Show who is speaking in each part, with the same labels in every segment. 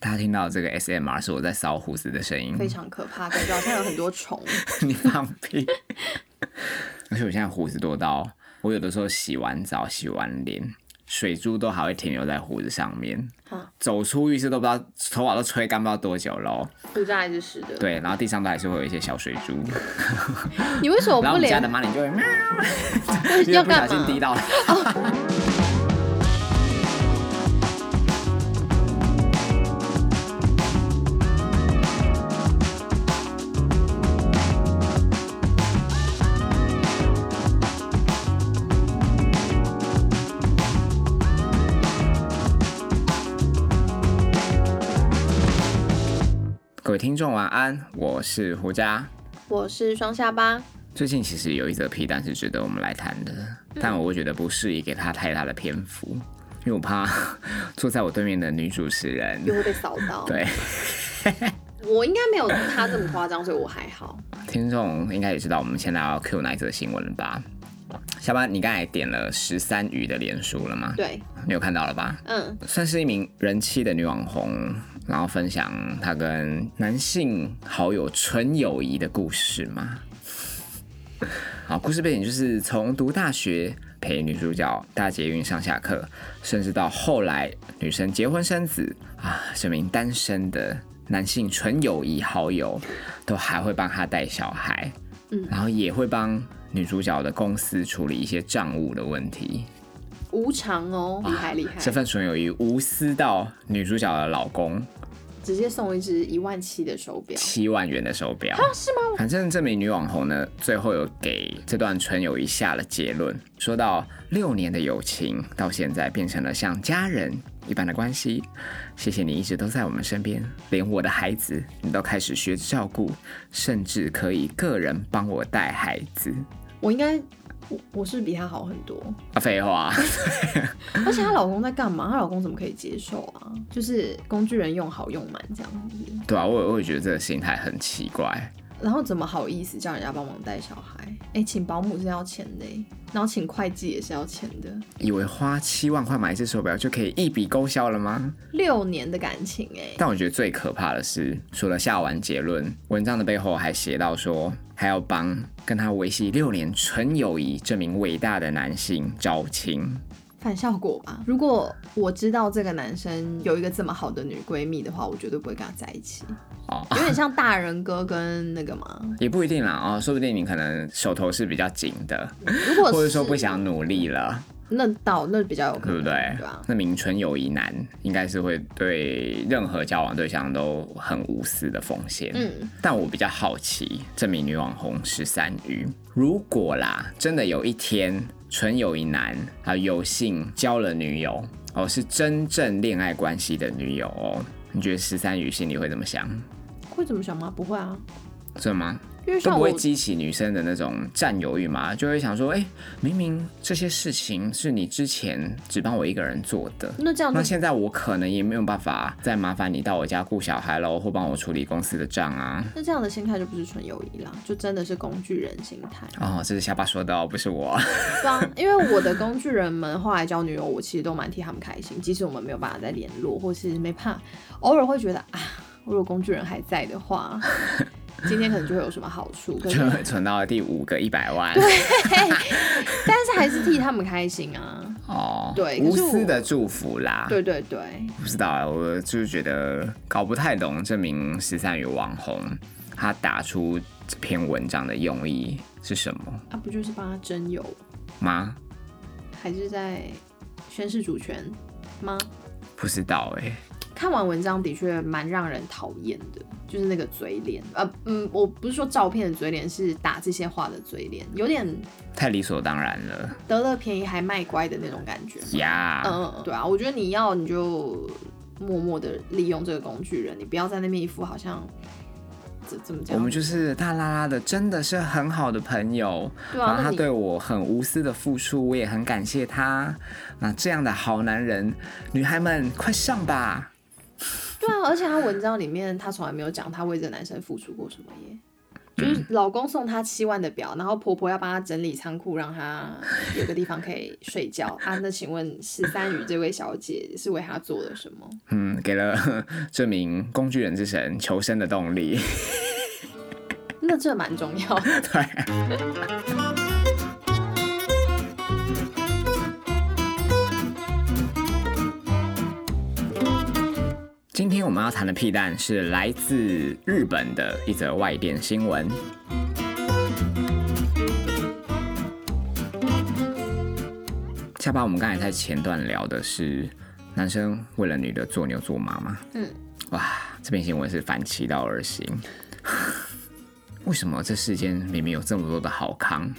Speaker 1: 家听到这个 SMR 是我在烧胡子的声音，
Speaker 2: 非常可怕，感觉好像有很多 虫。
Speaker 1: 你放屁！ 而且我现在胡子多到，我有的时候洗完澡、洗完脸，水珠都还会停留在胡子上面
Speaker 2: 啊。
Speaker 1: 走出浴室都不知道，头发都吹干不知道多久喽。
Speaker 2: 胡渣还是湿的。
Speaker 1: 对，然后地上都还是会有一些小水珠。
Speaker 2: 你为什么
Speaker 1: 然后
Speaker 2: 不
Speaker 1: 我们家
Speaker 2: 连
Speaker 1: 的马铃就会喵，因为
Speaker 2: 要
Speaker 1: 不小
Speaker 2: 干
Speaker 1: 心
Speaker 2: 嘛？
Speaker 1: 滴到了。 各位听众晚安，我是胡佳。
Speaker 2: 我是双 下巴，
Speaker 1: 最近其实有一则批单是值得我们来谈的，但我会觉得不适宜给他太大的篇幅，因为我怕 坐在我对面的女主持人。
Speaker 2: 又会被扫到。
Speaker 1: 对，
Speaker 2: 我应该没有他这么夸张，所以我还好。
Speaker 1: 听众应该也知道我们现在要 Q 哪一则新闻了吧？下班，你刚才点了十三余的脸书了吗？
Speaker 2: 对，
Speaker 1: 你有看到了吧？
Speaker 2: 嗯，
Speaker 1: 算是一名人气的女网红，然后分享她跟男性好友纯友谊的故事嘛。 好，故事背景就是从读大学陪女主角搭捷运上下课，甚至到后来女生结婚生子啊，这名单身的啊男性纯友谊好友都还会帮她带小孩，
Speaker 2: 嗯
Speaker 1: 然后也会帮女主角的公司处理一些账务的问题。
Speaker 2: 无偿哦，厉害厉害，
Speaker 1: 这份纯友谊无私到女主角的老公
Speaker 2: 直接送一只一万七的手表，
Speaker 1: 七万元的手表。
Speaker 2: 啊是吗？
Speaker 1: 反正这名女网红呢，最后有给这段纯友谊下了结论，说到六年的友情到现在变成了像家人一般的关系。谢谢你一直都在我们身边，连我的孩子你都开始学着照顾，甚至可以个人帮我带孩子。
Speaker 2: 我应该，我我是比他好很多。
Speaker 1: 啊，废话，
Speaker 2: 而且她老公在干嘛？她老公怎么可以接受啊？就是工具人用好用满这样子，
Speaker 1: 对啊，我我也觉得这个心态很奇怪。
Speaker 2: 然后怎么好意思叫人家帮忙带小孩？哎、请保姆是要钱的、欸，然后请会计也是要钱的。
Speaker 1: 以为花七万块买一只手表就可以一笔勾销了吗？
Speaker 2: 六年的感情、哎，
Speaker 1: 但我觉得最可怕的是，除了下完结论，文章的背后还写到说，还要帮跟他维系六年纯友谊这名伟大的男性招亲。
Speaker 2: 反效果吧。如果我知道这个男生有一个这么好的女闺蜜的话，我绝对不会跟他在一起。
Speaker 1: 哦
Speaker 2: 有点像大人哥跟那个嘛。
Speaker 1: 也不一定啦，哦，说不定你可能手头是比较紧的，
Speaker 2: 如果
Speaker 1: 或者
Speaker 2: 哦是
Speaker 1: 说不想努力了，
Speaker 2: 那倒那比较有可
Speaker 1: 对
Speaker 2: 能，
Speaker 1: 不对？
Speaker 2: 对啊吧？
Speaker 1: 那名纯友谊男应该是会对任何交往对象都很无私的奉献。
Speaker 2: 嗯，
Speaker 1: 但我比较好奇，这名女网红十三余，如果啦，真的有一天纯友谊男啊有幸交了女友哦，是真正恋爱关系的女友哦，你觉得十三余心里会怎么想？
Speaker 2: 会怎么想吗？不会啊，
Speaker 1: 是吗？
Speaker 2: 因为
Speaker 1: 都
Speaker 2: 像
Speaker 1: 不
Speaker 2: 我
Speaker 1: 会激起女生的那种占有欲嘛，就会想说，哎、明明这些事情是你之前只帮我一个人做的，
Speaker 2: 哦那这样
Speaker 1: 那
Speaker 2: 子，
Speaker 1: 现在我可能也没有办法再麻烦你到我家顾小孩喽，或帮我处理公司的账啊。
Speaker 2: 那这样的心态就不是纯友谊啦，就真的是工具人心态。
Speaker 1: 哦，这是下巴说的哦，不是我。
Speaker 2: 对啊，因为我的工具人们后来交女友，我其实都蛮替他们开心，即使我们没有办法再联络，或是没怕，偶尔会觉得啊，如果工具人还在的话，今天可能就会有什么好处。可是
Speaker 1: 就会存到第五个一百万
Speaker 2: 但是还是替他们开心啊。
Speaker 1: 哦，
Speaker 2: 对
Speaker 1: 无
Speaker 2: 可是我
Speaker 1: 私的祝福啦。
Speaker 2: 对对对，
Speaker 1: 不知道啊，我就是觉得搞不太懂这名十三余网红他打出这篇文章的用意是什么
Speaker 2: 啊，不就是帮他征友，
Speaker 1: 吗？
Speaker 2: 还是在宣示主权吗？
Speaker 1: 不知道哎、
Speaker 2: 看完文章的确蛮让人讨厌的，就是那个嘴脸，呃，嗯，我不是说照片的嘴脸，是打这些话的嘴脸，有点
Speaker 1: 太理所当然了
Speaker 2: 得了便宜还卖乖的那种感觉。
Speaker 1: 呀。
Speaker 2: 嗯嗯，嗯对啊，我觉得你要你就默默的利用这个工具人，你不要在那边一副好像怎怎么讲，
Speaker 1: 我们就是大拉拉的，真的是很好的朋友。
Speaker 2: 对
Speaker 1: 然
Speaker 2: 啊，
Speaker 1: 后
Speaker 2: 那
Speaker 1: 他
Speaker 2: 你
Speaker 1: 对我很无私的付出，我也很感谢他。那这样的好男人，女孩们快上吧！
Speaker 2: 对啊，而且他文章里面他从来没有讲他为这个男生付出过什么耶，就是
Speaker 1: 嗯
Speaker 2: 老公送她七万的表，然后婆婆要帮她整理仓库，让她有个地方可以睡觉啊。那请问十三余这位小姐是为她做了什么？
Speaker 1: 嗯，给了 这名工具人之神求生的动力。
Speaker 2: 那这蛮重要的。
Speaker 1: 对。今天我们要谈的屁蛋是来自日本的一则外电新闻。下巴，我们刚才在前段聊的是男生为了女的做牛做马嘛？
Speaker 2: 嗯，
Speaker 1: 哇，这篇新闻是反其道而行。 为什么这世间明明有这么多的好康？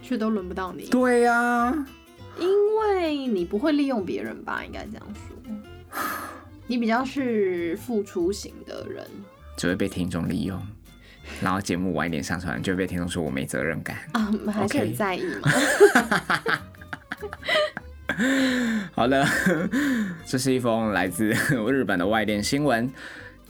Speaker 2: 却都轮不到你，
Speaker 1: 对呀、
Speaker 2: 因为你不会利用别人吧？应该这样说，你比较是付出型的人。
Speaker 1: 只会被听众利用，然后节目晚一点上传就会被听众说我没责任感。
Speaker 2: 啊，还是
Speaker 1: OK
Speaker 2: 很在意嘛。
Speaker 1: 好了， 这是一封来自 日本的外电新闻。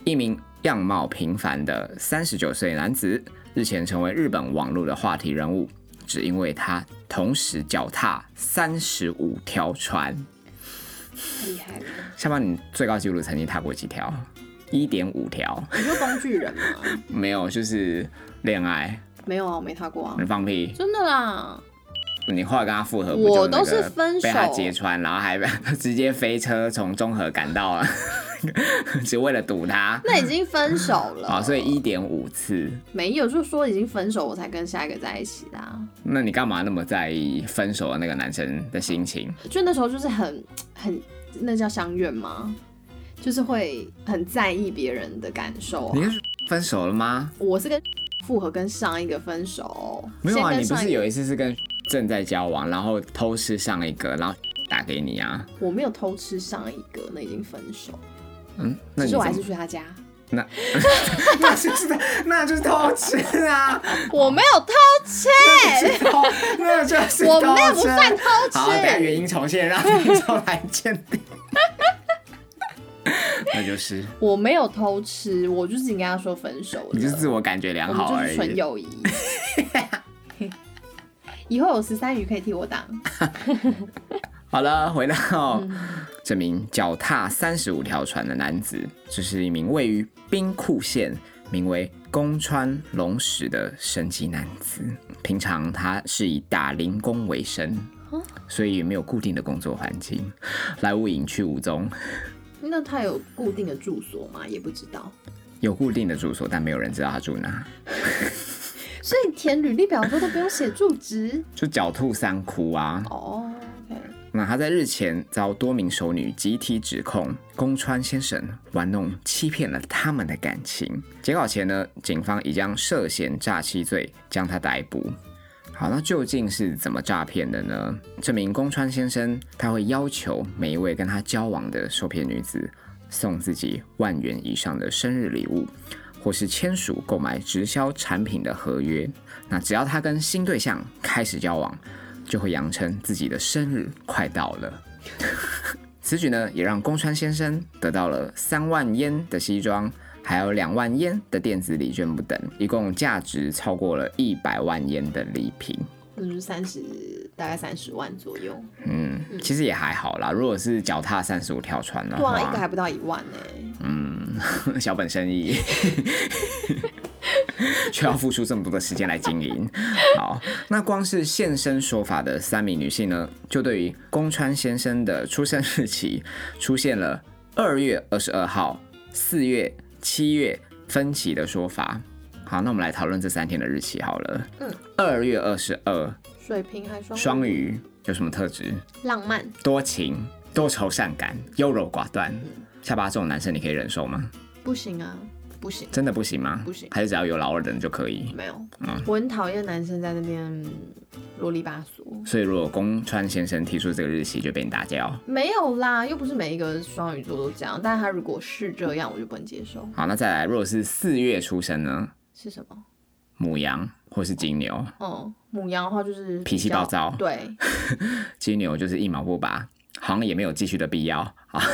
Speaker 1: 一名样貌平凡的三十九岁男子日前成为日本网络的话题人物，只因为他同时脚踏三十五条船。
Speaker 2: 太厉害了！
Speaker 1: 下班你最高纪录曾经踏过几条？一点五条。
Speaker 2: 你说工具人吗？
Speaker 1: 没有，就是恋爱。
Speaker 2: 没有啊，我没踏过啊
Speaker 1: 你，放屁！
Speaker 2: 真的啦。
Speaker 1: 你后来跟他复合，
Speaker 2: 我
Speaker 1: 不就那个
Speaker 2: 都是分手
Speaker 1: 被他揭穿，然后还 直接飞车从中和赶到了， 只为了堵他。哦
Speaker 2: 那已经分手了，
Speaker 1: 嗯啊好，所以一点五次。
Speaker 2: 没有，就是说已经分手，我才跟下一个在一起的、啊。
Speaker 1: 那你干嘛那么在意分手的那个男生的心情？
Speaker 2: 就那时候就是很很，那叫相怨吗？就是会很在意别人的感受、啊
Speaker 1: 你。是分手了吗？
Speaker 2: 我是跟复合，跟上一个分手，
Speaker 1: 没有啊，你
Speaker 2: 先跟
Speaker 1: 不
Speaker 2: 上一
Speaker 1: 是
Speaker 2: 个
Speaker 1: 有一次是跟正在交往，然后偷吃上一个，然后打给你啊？
Speaker 2: 我没有偷吃上一个，那已经分手，
Speaker 1: 嗯，那
Speaker 2: 可
Speaker 1: 你
Speaker 2: 是
Speaker 1: 怎
Speaker 2: 我
Speaker 1: 么
Speaker 2: 还是去他家，
Speaker 1: 那 那就是那就是偷吃啊，
Speaker 2: 我没有偷吃，
Speaker 1: 那就是偷，那就是
Speaker 2: 哎我
Speaker 1: 偷
Speaker 2: 没有不
Speaker 1: 吃
Speaker 2: 算偷
Speaker 1: 好，等下
Speaker 2: 吃，
Speaker 1: 原因重现，让听众来鉴 定。 那就是
Speaker 2: 我没有偷吃，我就是已经跟他说分手了，
Speaker 1: 你就是自我感觉良
Speaker 2: 我们
Speaker 1: 好
Speaker 2: 就
Speaker 1: 而
Speaker 2: 是纯
Speaker 1: 已。
Speaker 2: 友谊。以后有十三鱼可以替我挡，
Speaker 1: 好了，回到这名脚踏三十五条船的男子，这是一名位于兵库县名为宫川龙石的神级男子。平常他是以打零工为生，所以也没有固定的工作环境，来无影去无踪，
Speaker 2: 那他有固定的住所吗？也不知道。
Speaker 1: 有固定的住所，但没有人知道他住哪。
Speaker 2: 所以填履历表的时候都不用写住址
Speaker 1: 就狡兔三窟啊！
Speaker 2: 哦。OK，
Speaker 1: 那他在日前遭多名熟女集体指控，宫川先生玩弄欺骗了他们的感情。截稿前呢，警方已将涉嫌诈欺罪将他逮捕。好，那究竟是怎么诈骗的呢？这名宫川先生他会要求每一位跟他交往的受骗女子送自己万元以上的生日礼物，或是签署购买直销产品的合约。那只要他跟新对象开始交往，就会扬称自己的生日快到了。 此举呢，也让宫川先生得到了三万烟的西装，还有两万烟的电子礼券不等，一共价值超过了一百万烟的礼品。
Speaker 2: 那就是三十，大概三十万左右。
Speaker 1: 嗯，其实也还好啦。如果是脚踏三十五条船的
Speaker 2: 对啊，一个
Speaker 1: 话，
Speaker 2: 还不到一万 呢、
Speaker 1: 小本生意，却要付出这么多的时间来经营。好，那光是现身说法的三名女性呢，就对于宫川先生的出生日期出现了二月二十二号、四月、七月分歧的说法。好，那我们来讨论这三天的日期好了。
Speaker 2: 嗯，
Speaker 1: 二月二十二，
Speaker 2: 水瓶还双
Speaker 1: 双鱼有什么特质？
Speaker 2: 浪漫，
Speaker 1: 多情、多愁善感、优柔寡断。下巴这种男生你可以忍受吗？
Speaker 2: 不行啊，不行，
Speaker 1: 真的不行吗？
Speaker 2: 不行
Speaker 1: 还是只要有老二的人就可以？
Speaker 2: 没有，
Speaker 1: 嗯
Speaker 2: 我很讨厌男生在那边啰里吧嗦。
Speaker 1: 所以如果宫川先生提出这个日期，就被你打掉。
Speaker 2: 没有啦，又不是每一个双鱼座都这样，但他如果是这样，我就不能接受。
Speaker 1: 好，那再来，如果是四月出生呢？
Speaker 2: 是什么？
Speaker 1: 母羊或是金牛，
Speaker 2: 嗯，母羊的话就是
Speaker 1: 脾气
Speaker 2: 比较
Speaker 1: 暴躁
Speaker 2: 对，
Speaker 1: 金牛就是一毛不拔，好像也没有继续的必 要啊，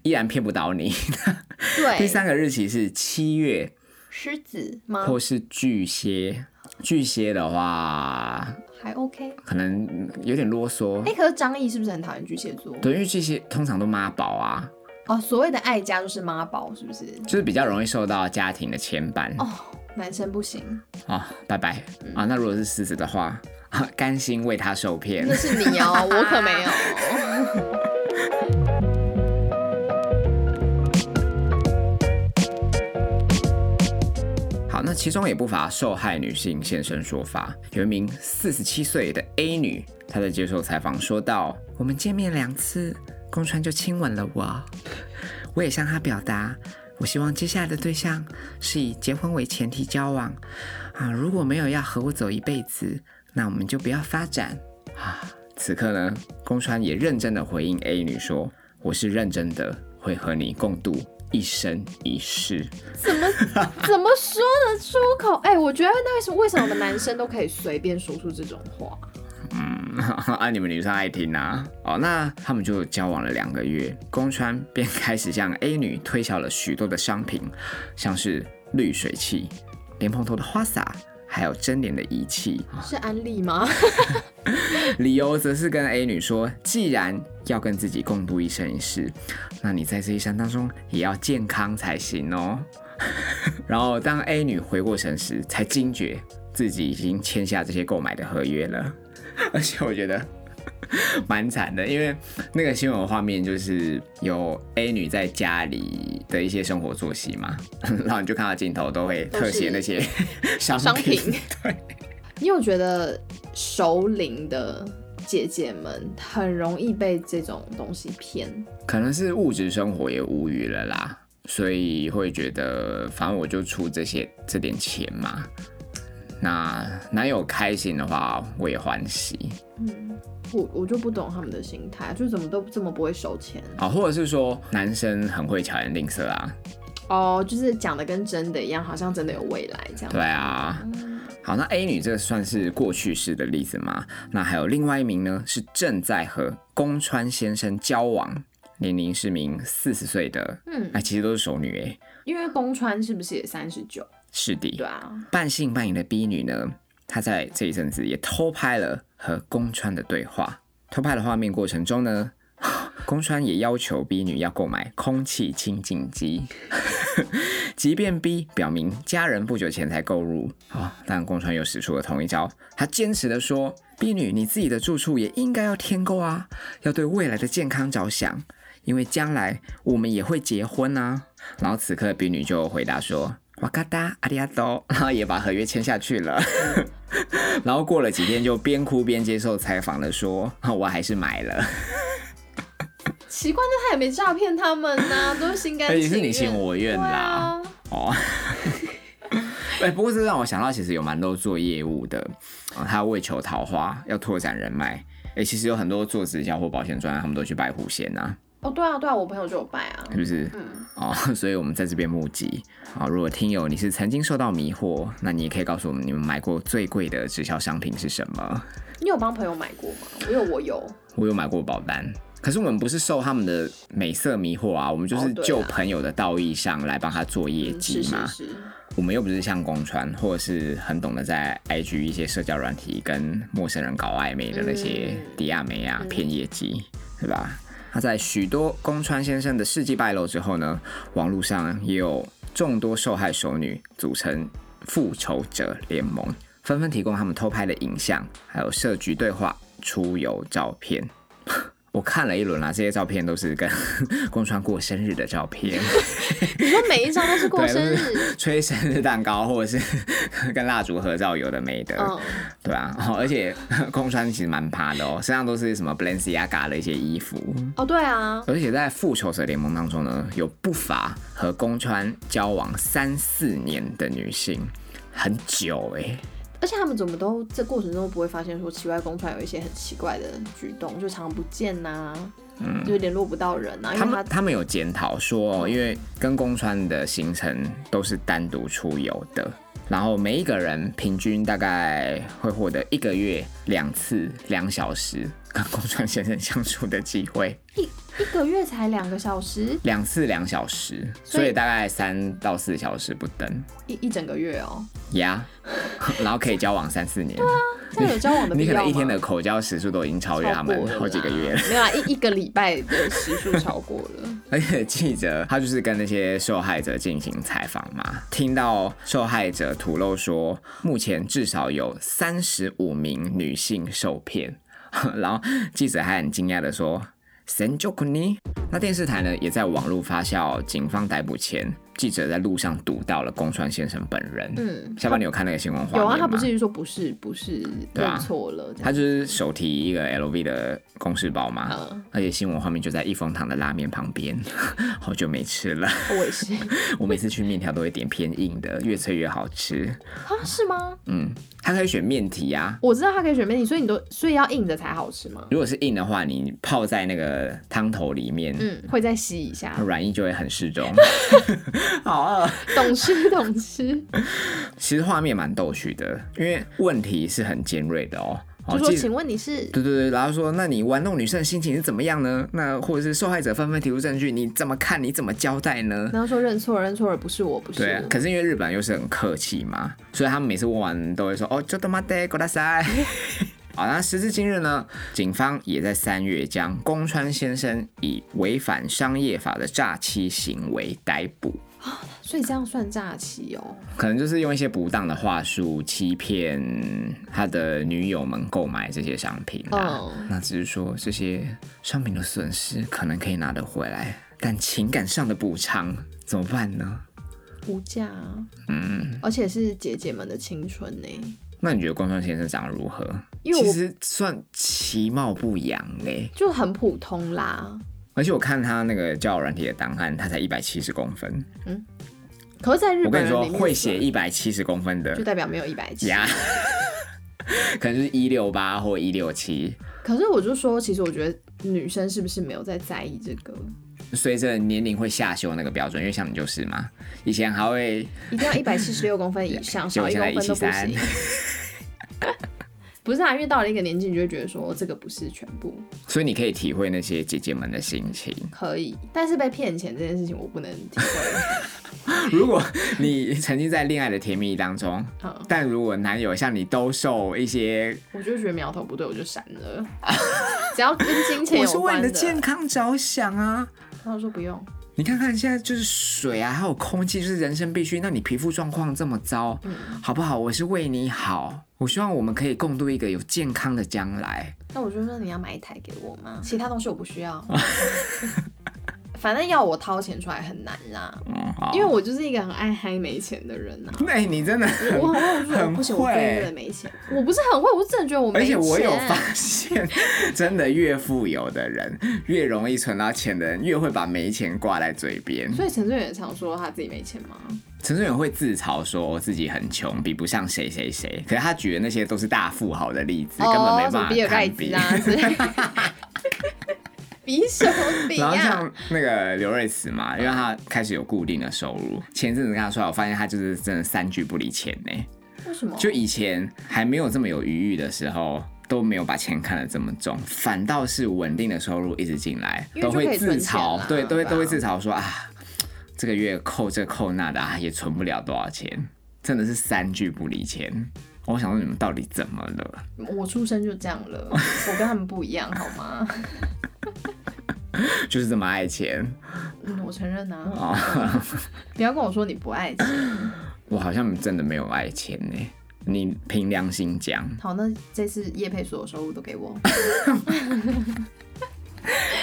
Speaker 1: 依然骗不倒你。
Speaker 2: 对，
Speaker 1: 第三个日期是七月
Speaker 2: 狮子吗？
Speaker 1: 或是巨蟹。巨蟹的话，
Speaker 2: 还 OK。
Speaker 1: 可能有点啰嗦
Speaker 2: 哎、。可是张译是不是很讨厌巨蟹座？
Speaker 1: 对，因为巨蟹通常都妈宝啊，
Speaker 2: 哦，所谓的爱家就是妈宝，是不是？
Speaker 1: 就是比较容易受到家庭的牵绊。
Speaker 2: 哦，男生 不行，
Speaker 1: 哦，拜拜啊！那如果是狮子的话，啊甘心为他受骗
Speaker 2: 那。是你哦，我可没有。
Speaker 1: 好，那其中也不乏受害女性现身说法。有一名四十七岁的 A 女，她在接受采访说道：“我们见面两次，宫川就亲吻了我，我也向他表达。”我希望接下来的对象是以结婚为前提交往啊，如果没有要和我走一辈子，那我们就不要发展啊。此刻呢，宫川也认真的回应 A 女说：“我是认真的，会和你共度一生一世。”
Speaker 2: 怎 么怎么说得出口？哎、我觉得那为什么为什么我们男生都可以随便说出这种话？
Speaker 1: 嗯， 啊，你们女生爱听啊。哦，那他们就交往了两个月，宫川便开始向 A 女推销了许多的商品，像是滤水器、莲蓬头的花洒，还有蒸脸的仪器。
Speaker 2: 是安 利吗？
Speaker 1: 理由则是跟 A 女说，既然要跟自己共度一生一世，那你在这一生当中也要健康才行哦。 然后当 A 女回过神时，才惊觉自己已经签下这些购买的合约了， 而且我觉得。蛮惨的，因为那个新闻画面就是有 A 女在家里的一些生活作息嘛， 然后你就看到镜头都会特写那些商
Speaker 2: 商品
Speaker 1: 对，
Speaker 2: 你有觉得熟龄的姐姐们很容易被这种东西骗？
Speaker 1: 可能是物质生活也无语了啦，所以会觉得反正我就出这些这点钱嘛。那男友开心的话，我也欢喜
Speaker 2: 嗯，我我就不懂他们的心态，就怎么都这么不会收钱
Speaker 1: 啊，或者是说男生很会巧言令色啊，
Speaker 2: 哦，就是讲的跟真的一样，好像真的有未来这样。
Speaker 1: 对啊。
Speaker 2: 嗯，
Speaker 1: 好，那 A 女这算是过去式的例子吗？那还有另外一名呢，是正在和宫川先生交往，年龄是名四十岁的，
Speaker 2: 嗯
Speaker 1: 哎，其实都是熟女哎、
Speaker 2: 因为宫川是不是也三十九？
Speaker 1: 是的，
Speaker 2: 对啊，
Speaker 1: 半信半疑的 B 女呢，她在这一阵子也偷拍了和宫川的对话。偷拍的画面过程中呢， 宫川也要求 B 女要购买空气清净机， 即便 B 表明家人不久前才购入啊、但宫川又使出了同一招，他坚持的说：“B 女，你自己的住处也应该要添购啊，要对未来的健康着想，因为将来我们也会结婚啊。”然后此刻 B 女就回答说：“哇嘎达阿里阿多”， 然后也把合约签下去了。 然后过了几天，就边哭边接受采访的说：“我还是买了。
Speaker 2: 奇怪，那他也没诈骗他们呐、都是心
Speaker 1: 而
Speaker 2: 甘
Speaker 1: 且
Speaker 2: 情
Speaker 1: 哎是
Speaker 2: 愿。
Speaker 1: 你情我愿
Speaker 2: 对
Speaker 1: 啦。
Speaker 2: 啊，
Speaker 1: 哦。 哎、不过这让我想到，其实有蛮多做业务的，呃他为求桃花，要拓展人脉。哎、其实有很多做直销或保险专案，他们都去拜狐仙呐，
Speaker 2: 哦对啊对啊，我朋友就有拜啊。
Speaker 1: 是不是？
Speaker 2: 嗯，
Speaker 1: 哦， 所以我们在这边募集。好，如果听友你是曾经受到迷惑，那你也可以告诉我们，你们买过最贵的直销商品是什么？
Speaker 2: 你有帮朋友买过吗？我有，我有。
Speaker 1: 我有买过保单，可是我们不是受他们的美色迷惑啊，我们就
Speaker 2: 哦
Speaker 1: 是
Speaker 2: 对啊
Speaker 1: 就朋友的道义上来帮他做业
Speaker 2: 嗯
Speaker 1: 绩
Speaker 2: 是
Speaker 1: 嘛。
Speaker 2: 是是，
Speaker 1: 我们又不是像公传，或者是很懂得在 IG 一些社交软体跟陌生人搞暧昧的那些
Speaker 2: 嗯
Speaker 1: 迪亚梅啊骗业绩，对吧？那在许多宫川先生的事迹败露之后呢，网络上也有众多受害熟女组成复仇者联盟，纷纷提供他们偷拍的影像，还有设局对话、出游照片。 我看了一轮啊，这些照片都是跟 宫川过生日的照片。
Speaker 2: 你说每一张都是过
Speaker 1: 对
Speaker 2: 生
Speaker 1: 都
Speaker 2: 日，
Speaker 1: 吹生日蛋糕，或者是 跟蜡烛合照，有的没的，
Speaker 2: 嗯，
Speaker 1: 对啊。哦、而且 空川其实蛮趴的哦，身上都是什么 Balenciaga 的一些衣服。
Speaker 2: 哦对啊，
Speaker 1: 而且在复仇者联盟当中呢，有不乏和宫川交往三四年的女性，很久哎、
Speaker 2: 而且他们怎么都这过程中不会发现说奇怪公船有一些很奇怪的举动，就常不见呐、嗯，就联络不到人啊呐、因
Speaker 1: 他
Speaker 2: 为他嗯
Speaker 1: 们他们有检讨说哦，因为跟宫川的行程都是单独出游的，然后每一个人平均大概会获得一个月两次两小时跟宫川先生相处的机会。
Speaker 2: 一一个月才两个小时，
Speaker 1: 两次两小时，
Speaker 2: 所以
Speaker 1: 所以大概三到四小时不等。
Speaker 2: 一一整个月哦，
Speaker 1: 呀、然后可以交往三四年，
Speaker 2: 这样有交往的
Speaker 1: 你
Speaker 2: 必
Speaker 1: 可
Speaker 2: 啊要
Speaker 1: 能
Speaker 2: 吗？
Speaker 1: 一天的口交时数都已经超越他
Speaker 2: 超过
Speaker 1: 们
Speaker 2: 了
Speaker 1: 好几个月了
Speaker 2: 啦。，没有啊，一一个礼拜的时数超过了，
Speaker 1: 而且记者他就是跟那些受害者进行采访嘛，听到受害者吐露说，目前至少有三十五名女性受骗， 然后记者还很惊讶的说。神就你！那电视台呢，也在网络发酵警方逮捕前，记者在路上堵到了宫川先生本人。
Speaker 2: 嗯，
Speaker 1: 下半你有看那个新闻画面
Speaker 2: 有啊，
Speaker 1: 吗
Speaker 2: 他不是一直说不是不是
Speaker 1: 对啊
Speaker 2: 认错了，这
Speaker 1: 他
Speaker 2: 样
Speaker 1: 就是手提一个 LV 的公事包嘛，
Speaker 2: 嗯
Speaker 1: 而且新闻画面就在益丰堂的拉面旁边， 好久没吃了。
Speaker 2: 我也是
Speaker 1: 我每次去面条都会点偏硬的，越脆越好吃。
Speaker 2: 啊，是吗？
Speaker 1: 嗯，它可以选面体啊。
Speaker 2: 我知道他可以选面你，所以你都所以要硬的才好吃吗？
Speaker 1: 如果是硬的话，你泡在那个汤头里面，
Speaker 2: 嗯，会再吸一下，
Speaker 1: 软硬就会很适 中。好饿。
Speaker 2: 懂吃懂吃。
Speaker 1: 其实画面蛮逗趣的，因为问题是很尖锐的哦。
Speaker 2: 就
Speaker 1: 哦，
Speaker 2: 说
Speaker 1: 记
Speaker 2: 请问你是
Speaker 1: 对对对，然后说，那你玩弄女生的心情是怎么样呢？那或者是受害者纷纷提出证据，你怎么看？你怎么交代呢？
Speaker 2: 然后说认错了，认错了，不是我，不是
Speaker 1: 对啊，
Speaker 2: 我。
Speaker 1: 可是因为日本又是很客气嘛，所以他们每次问完都会说哦，就他妈的，过来塞。好，那时至今日呢，警方也在三月将宫川先生以违反商业法的诈欺行为逮捕，
Speaker 2: 所以这样算诈欺哦。
Speaker 1: 可能就是用一些不当的话术欺骗他的女友们购买这些商品啊。
Speaker 2: 嗯
Speaker 1: 那只是说这些商品的损失可能可以拿得回来，但情感上的补偿怎么办呢？
Speaker 2: 无价啊，嗯，而且是姐姐们的青春呢、
Speaker 1: 那你觉得关川先生长得如何？
Speaker 2: 因为我
Speaker 1: 其实算其貌不扬哎、
Speaker 2: 就很普通啦。
Speaker 1: 而且我看他那个交友软体的档案，他才一百七十公分。
Speaker 2: 可是，在日
Speaker 1: 我
Speaker 2: 本
Speaker 1: 跟
Speaker 2: 人
Speaker 1: 你说，
Speaker 2: 里面
Speaker 1: 会写一百七十公分
Speaker 2: 就
Speaker 1: 的
Speaker 2: 代表没有一百七。
Speaker 1: 呀， 可能就是一六八或一六七。
Speaker 2: 可是我就说，其实我觉得女生是不是没有在在意这个，
Speaker 1: 随着年龄会下修那个标准，因为像你就是嘛，以前还会
Speaker 2: 一定要一百七十六 公分以上，
Speaker 1: 结
Speaker 2: 少
Speaker 1: 果
Speaker 2: 一
Speaker 1: 现在
Speaker 2: 公
Speaker 1: 一
Speaker 2: 分
Speaker 1: 七
Speaker 2: 都不
Speaker 1: 三
Speaker 2: 行。，不是啊，因为到了一个年纪，你就会觉得说这个不是全部
Speaker 1: 所以你可以体会那些姐姐们的心情。
Speaker 2: 可以，但是被骗钱这件事情我不能体会。
Speaker 1: 如果你曾经在恋爱的甜蜜当中，
Speaker 2: 嗯，
Speaker 1: 但如果男友向你兜售一些
Speaker 2: 我就觉得苗头不对，我就闪了。 只要跟金钱
Speaker 1: 我
Speaker 2: 有
Speaker 1: 是为
Speaker 2: 关
Speaker 1: 你的健康着想啊！
Speaker 2: 他说不用，
Speaker 1: 你看看现在就是水啊，还有空气，就是人生必须。那你皮肤状况这么糟，好不好？我是为你好，我希望我们可以共度一个有健康的将来。
Speaker 2: 那我就说你要买一台给我吗？其他东西我不需 要。反正要我掏钱出来很难啦，
Speaker 1: 嗯，好
Speaker 2: 因为我就是一个很爱嗨没钱的人呐、啊
Speaker 1: 那、你真的很
Speaker 2: 我很会，我就说
Speaker 1: 很
Speaker 2: 不行，我非
Speaker 1: 会
Speaker 2: 得没钱。我不是很会，我真的觉得我
Speaker 1: 而
Speaker 2: 没
Speaker 1: 且
Speaker 2: 钱。
Speaker 1: 我有发现， 真的越富有的人，越容易存到钱的人，越会把没钱挂在嘴边。
Speaker 2: 所以陈志远也常说他自己没钱吗？
Speaker 1: 陈志远会自嘲说自己很穷，比不上谁谁谁，可是他举的那些都是大富豪的例子，根本没
Speaker 2: 哦
Speaker 1: 办
Speaker 2: 什
Speaker 1: 法
Speaker 2: 么比尔盖
Speaker 1: 堪
Speaker 2: 茨
Speaker 1: 比。
Speaker 2: 啊之类的。 比什么比
Speaker 1: 然后
Speaker 2: 啊？
Speaker 1: 像那个刘瑞慈嘛，因为他开始有固定的收入，前阵子跟他出来，我发现他就是真的三句不离钱呢、
Speaker 2: 为什么？
Speaker 1: 就以前还没有这么有余裕的时候。都没有把钱看得这么重，反倒是稳定的收入一直进来，
Speaker 2: 因为
Speaker 1: 都
Speaker 2: 就可以
Speaker 1: 会自
Speaker 2: 存钱
Speaker 1: 嘲
Speaker 2: 啦，
Speaker 1: 对，都会
Speaker 2: 对啊
Speaker 1: 都会自嘲说啊，这个月扣这扣那的啊，也存不了多少钱，真的是三句不离钱。我想说你们到底怎么了？
Speaker 2: 我出生就这样了，我跟他们不一样好吗？
Speaker 1: 就是这么爱钱
Speaker 2: 嗯，我承认啊。
Speaker 1: 啊、
Speaker 2: 不要跟我说你不爱钱。
Speaker 1: 我好像真的没有爱钱呢、你凭良心讲，
Speaker 2: 好，那这次叶配所有收入都给我。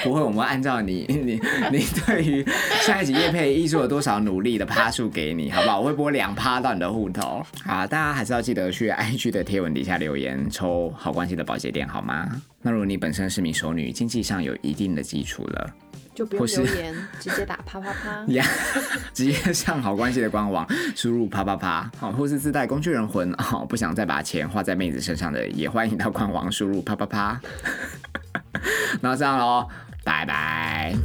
Speaker 1: 不会，我们会按照你 你你对于下一集叶配艺术有多少努力的趴数给你，好不好？我会拨两趴到你的户头。好，大家还是要记得去 IG 的贴文底下留言抽好关系的保洁店，好吗？那如果你本身是名熟女，经济上有一定的基础了，
Speaker 2: 就不用
Speaker 1: 或是
Speaker 2: 留言，直接打啪啪啪。
Speaker 1: 呀， 直接上好关系的官网输入啪啪啪，好，或是自带工具人魂哦，不想再把钱花在妹子身上的，也欢 迎到官网输入啪啪啪。那这样喽，拜拜。